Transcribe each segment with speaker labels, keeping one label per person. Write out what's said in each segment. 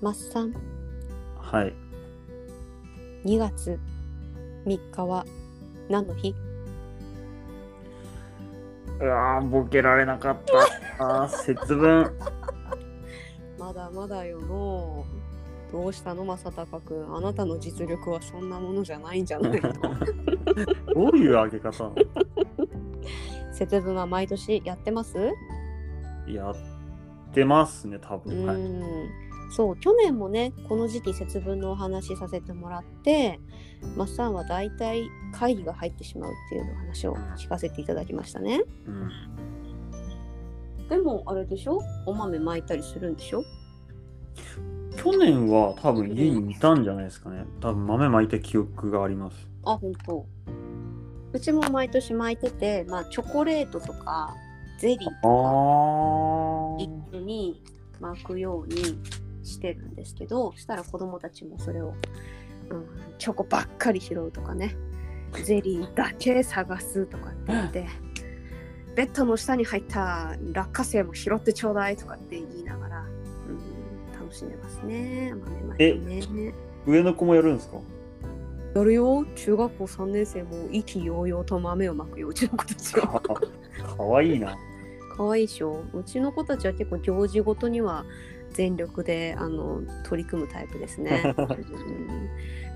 Speaker 1: マッサン
Speaker 2: はい。
Speaker 1: 2月3日は何の日
Speaker 2: うわー、ボケられなかった。あー、節分。
Speaker 1: まだまだよのうどうしたの正隆くんあなたの実力はそんなものじゃないんじゃないの
Speaker 2: どういう上げ方
Speaker 1: 節分は毎年やってます、
Speaker 2: やってますね、多
Speaker 1: う
Speaker 2: 分。はい。
Speaker 1: んそう去年もねこの時期節分のお話しさせてもらってマッサンは大体会議が入ってしまうっていう話を聞かせていただきましたね
Speaker 2: うん、
Speaker 1: でもあれでしょお豆巻いたりするんでしょ
Speaker 2: 去年は多分家にいたんじゃないですかね。多分豆まいた記憶があります。
Speaker 1: あ本当うちも毎年巻いてて、まあ、チョコレートとかゼリー
Speaker 2: あ
Speaker 1: とか一
Speaker 2: ー。
Speaker 1: 緒に巻くようにしてるんですけどそしたら子供たちもそれを、うん、チョコばっかり拾うとかねゼリーだけ探すとかって言ってベッドの下に入った落花生も拾ってちょうだいとかって言いながら、うん、楽しんでますね豆まきね。
Speaker 2: 上の子もやるんですか
Speaker 1: やるよ中学校3年生も意気揚々と豆をまくようちの子たちは
Speaker 2: かかわいいな。
Speaker 1: かわいいでしょうちの子たちは結構行事ごとには全力であの取り組むタイプです ね、うん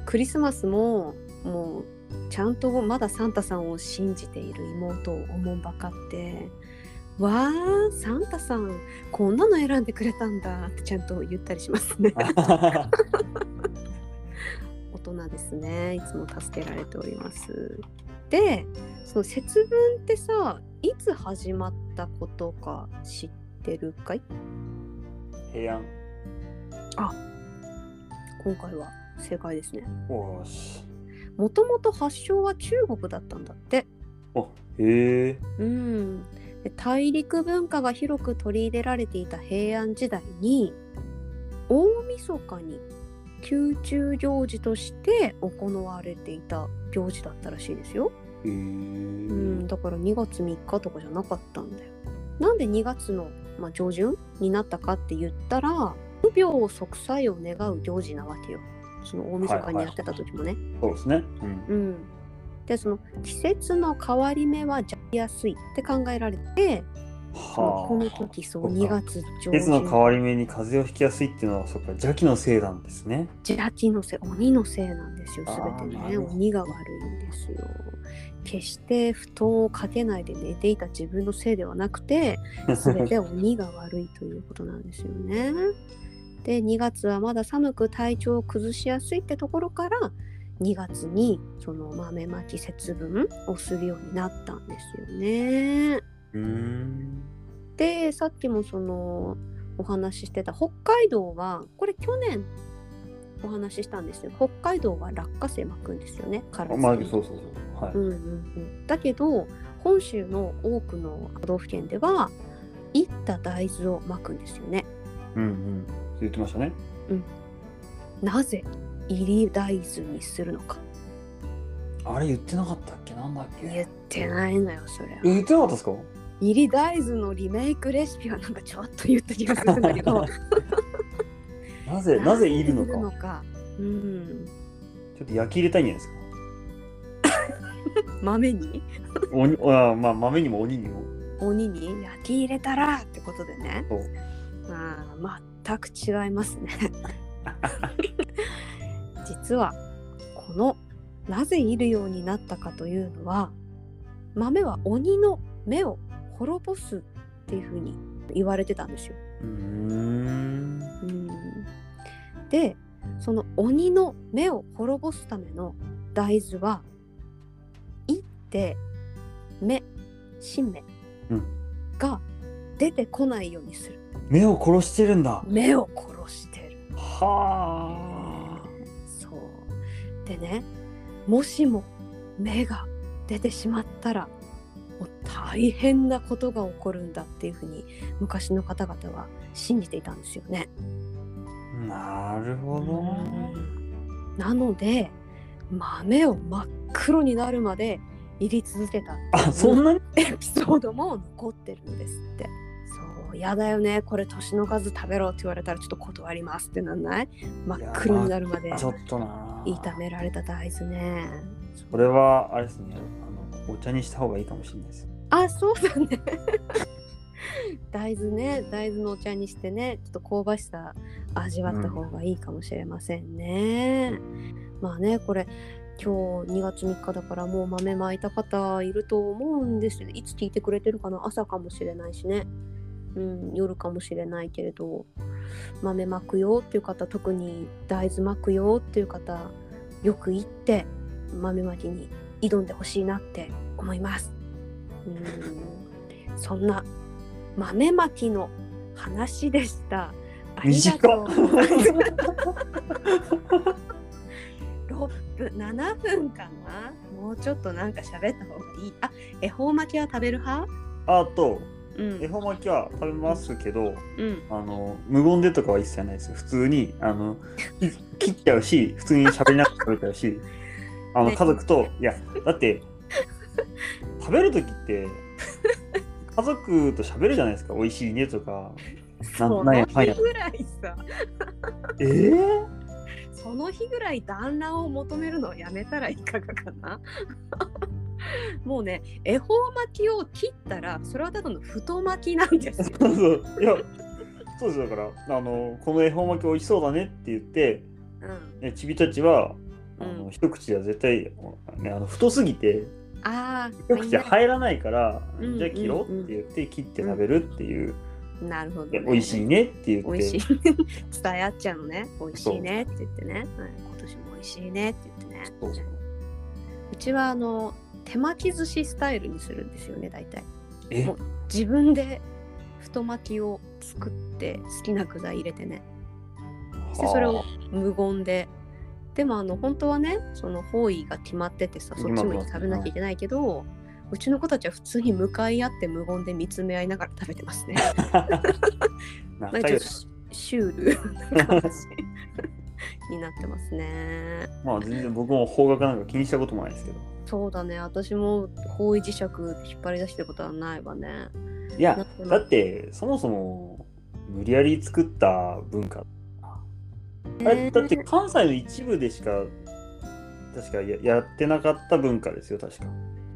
Speaker 1: クリスマスももうちゃんとまだサンタさんを信じている妹をおもんばかって「わあサンタさんこんなの選んでくれたんだ」ってちゃんと言ったりしますね大人ですねいつも助けられておりますでその節分ってさいつ始まったことか知ってるかい
Speaker 2: 平安。
Speaker 1: 今回は正解ですね
Speaker 2: おーし。
Speaker 1: もともと発祥は中国だったんだって
Speaker 2: あ、へえ。
Speaker 1: うんで大陸文化が広く取り入れられていた平安時代に大晦日に宮中行事として行われていた行事だったらしいですよ
Speaker 2: へ
Speaker 1: う
Speaker 2: え
Speaker 1: ん、。だから2月3日とかじゃなかったんだよ。なんで2月の、まあ、上旬になったかって言ったら無病息災を願う行事なわけよその大晦日にやってた時もね。
Speaker 2: そうですね。うん。
Speaker 1: うん、でその季節の変わり目は邪気やすいって考えられてその
Speaker 2: はあ。
Speaker 1: この時そう
Speaker 2: そうか
Speaker 1: 2月上
Speaker 2: 季節の
Speaker 1: 旬
Speaker 2: 変わり目に風邪をひきやすいっていうのはそっか邪気のせいなんですね。
Speaker 1: 邪気のせい鬼のせいなんですよ全て
Speaker 2: あーな
Speaker 1: ね
Speaker 2: るほど
Speaker 1: 鬼が悪いんですよ決して布団をかけないで寝ていた自分のせいではなくて全て鬼が悪いということなんですよね。で2月はまだ寒く体調を崩しやすいってところから2月にその豆まき節分をするようになったんですよね。
Speaker 2: うーん。
Speaker 1: でさっきもそのお話ししてた北海道はこれ去年お話ししたんですけど北海道は落花生巻くんですよね。唐
Speaker 2: あ
Speaker 1: 津
Speaker 2: まあそうそうそう。はい。
Speaker 1: うんうんうん、だけど本州の多くの都道府県では煎った大豆をまくんですよね。
Speaker 2: うんうん。言ってましたね。
Speaker 1: なぜ入り大豆にするのか
Speaker 2: あれ言ってなかったっけなんだっけ
Speaker 1: 言ってないのよそれ
Speaker 2: え言ってなかったですか
Speaker 1: 入り大豆のリメイクレシピはなんかちょっと言った気がするんだけ ど
Speaker 2: なぜなぜいるの
Speaker 1: なぜ煎
Speaker 2: か。
Speaker 1: うん
Speaker 2: ちょっと焼き入れたいんじゃないです
Speaker 1: 豆に
Speaker 2: か。鬼あまあ豆にも鬼にも。
Speaker 1: 鬼に焼き入れたらってことでね
Speaker 2: そう
Speaker 1: あー全く違います ね実はこのなぜいるようになったかというのは豆は鬼の目を滅ぼすっていうふうに言われてたんですよ。
Speaker 2: うーん。
Speaker 1: うんでその鬼の目を滅ぼすための大豆は「い」って目「新目
Speaker 2: うん」
Speaker 1: が出てこないようにする
Speaker 2: 目を殺してるんだ。
Speaker 1: 目を殺してる
Speaker 2: はあ。
Speaker 1: そうでねもしも目が出てしまったらもう大変なことが起こるんだっていうふうに昔の方々は信じていたんですよね。
Speaker 2: なるほどね。
Speaker 1: なので豆を真っ黒になるまで入り続けた
Speaker 2: あそんなに
Speaker 1: エピソードも残ってるんですって。そうやだよねこれ年の数食べろって言われたらちょっと断りますってなんない真っ黒になるまで
Speaker 2: ちょっとな
Speaker 1: 炒められた大豆ね
Speaker 2: これはあれですねあのお茶にした方がいいかもしれないです
Speaker 1: あそうだね大豆ね大豆のお茶にしてねちょっと香ばしさ味わった方がいいかもしれませんね、まあねこれ今日2月3日だからもう豆まいた方いると思うんですけどいつ聞いてくれてるかな朝かもしれないしね、うん、夜かもしれないけれど豆まくよっていう方特に大豆まくよっていう方よく行って豆まきに挑んでほしいなって思います。うんそんな豆まきの話でした。ありがとうございます。6分7分かなもうちょっとなんか喋った方がいいあ恵方巻きは食べる派
Speaker 2: あと
Speaker 1: う
Speaker 2: 恵
Speaker 1: ん
Speaker 2: 方巻きは食べますけど
Speaker 1: うん
Speaker 2: あの無言でとかは一切ないですよ普通にあのき切っちゃうし普通に喋りながら食べちゃうしあの
Speaker 1: ね
Speaker 2: 家族といやだって食べる時って家族と喋るじゃないですか美味しいねとか
Speaker 1: そ
Speaker 2: な
Speaker 1: の
Speaker 2: なんや
Speaker 1: 日
Speaker 2: なんや
Speaker 1: ぐらいさ
Speaker 2: えー、
Speaker 1: その日ぐらい団らんを求めるのをやめたらいかがかなもうね恵方巻きを切ったらそれはただの太巻きなんです よ
Speaker 2: そうそういやそうですよだからあのこの恵方巻き美味しそうだねって言って
Speaker 1: うん
Speaker 2: ねちびたちはあの、
Speaker 1: うん
Speaker 2: 一口では絶対、ね、あの太すぎて
Speaker 1: ああ
Speaker 2: 一口で入らないから、
Speaker 1: うん
Speaker 2: じゃあ切ろ
Speaker 1: うん
Speaker 2: う
Speaker 1: うん
Speaker 2: って言って切って食べるっていう、
Speaker 1: なるほど、
Speaker 2: で
Speaker 1: ね、
Speaker 2: 美味しいねって言
Speaker 1: 美
Speaker 2: っ
Speaker 1: 味してい 伝え合っちゃうのね美味しいねって言ってね、はい、今年も美味しいねって言ってね
Speaker 2: そうそう
Speaker 1: うちはあの手巻き寿司スタイルにするんですよね大体
Speaker 2: え
Speaker 1: もう自分で太巻きを作って好きな具材入れてねしてそれを無言ででもあの本当はねその方位が決まっててさそっち向いて食べなきゃいけないけどうちの子たちは普通に向かい合って無言で見つめ合いながら食べてますね
Speaker 2: は
Speaker 1: なんかち
Speaker 2: 仲
Speaker 1: ょ
Speaker 2: 良
Speaker 1: っと
Speaker 2: し
Speaker 1: シュールな感じ になってますね
Speaker 2: まあ全然僕も方角なんか気にしたこともないですけど
Speaker 1: そうだね私も方位磁石引っ張り出したことはないわね
Speaker 2: いやだってそもそも無理やり作った文化あれだって関西の一部でしか確かややってなかった文化ですよ確か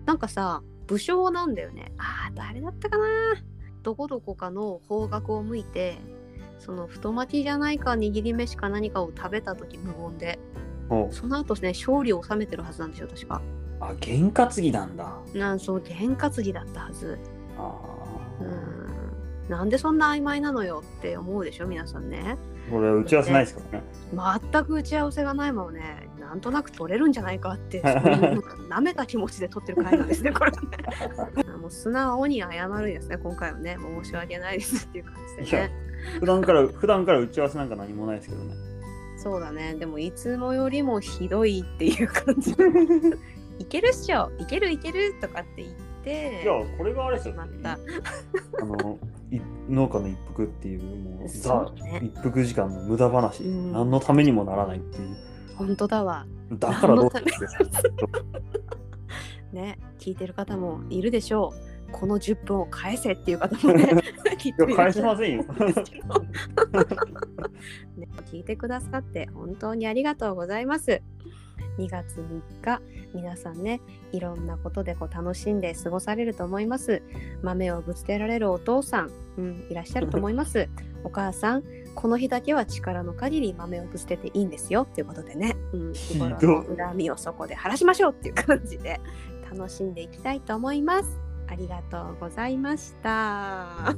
Speaker 1: なんかさ武将なんだよねあー誰だったかなどこどこかの方角を向いてその太巻きじゃないか握り飯か何かを食べた時無言で
Speaker 2: お
Speaker 1: その後ね勝利を収めてるはずなんですよ確か
Speaker 2: あ験担ぎなんだ
Speaker 1: なんそう験担ぎだったはず
Speaker 2: あ
Speaker 1: う
Speaker 2: ー
Speaker 1: んなんでそんな曖昧なのよって思うでしょ皆さんね
Speaker 2: これは打ち合わせないですからね
Speaker 1: 全く打ち合わせがないもんねなんとなく取れるんじゃないかってそういうなんか舐めた気持ちで取ってる回なんですねこ れねあもう素直に謝るですね今回はねもう申し訳ないですっていう感じ
Speaker 2: い
Speaker 1: で
Speaker 2: や
Speaker 1: ね
Speaker 2: 普段から普段から打ち合わせなんか何もないですけどね
Speaker 1: そうだねでもいつもよりもひどいっていう感 じいけるっしょいけるいけるとかって言って
Speaker 2: いやこれがあれです
Speaker 1: 始
Speaker 2: よ
Speaker 1: ま
Speaker 2: あ
Speaker 1: った
Speaker 2: のい農家の一服っていうもう
Speaker 1: そ
Speaker 2: ザ
Speaker 1: うね
Speaker 2: 一服時間の無駄話、
Speaker 1: うん
Speaker 2: 何のためにもならないっていう
Speaker 1: 本当だわ
Speaker 2: だからど
Speaker 1: 何の
Speaker 2: う
Speaker 1: ため ね聞いてる方もいるでしょうこの10分を返せっていう方もねきっといらっしゃる
Speaker 2: いや
Speaker 1: と思うんですけどね聞いてくださって本当にありがとうございます2月3日皆さんねいろんなことでこう楽しんで過ごされると思います豆をぶつけられるお父さん、うん、いらっしゃると思いますお母さんこの日だけは力の限り豆をぶつけていいんですよっていうことでね、うん、日
Speaker 2: ひどい
Speaker 1: 頃の恨みをそこで晴らしましょうっていう感じで楽しんでいきたいと思いますありがとうございました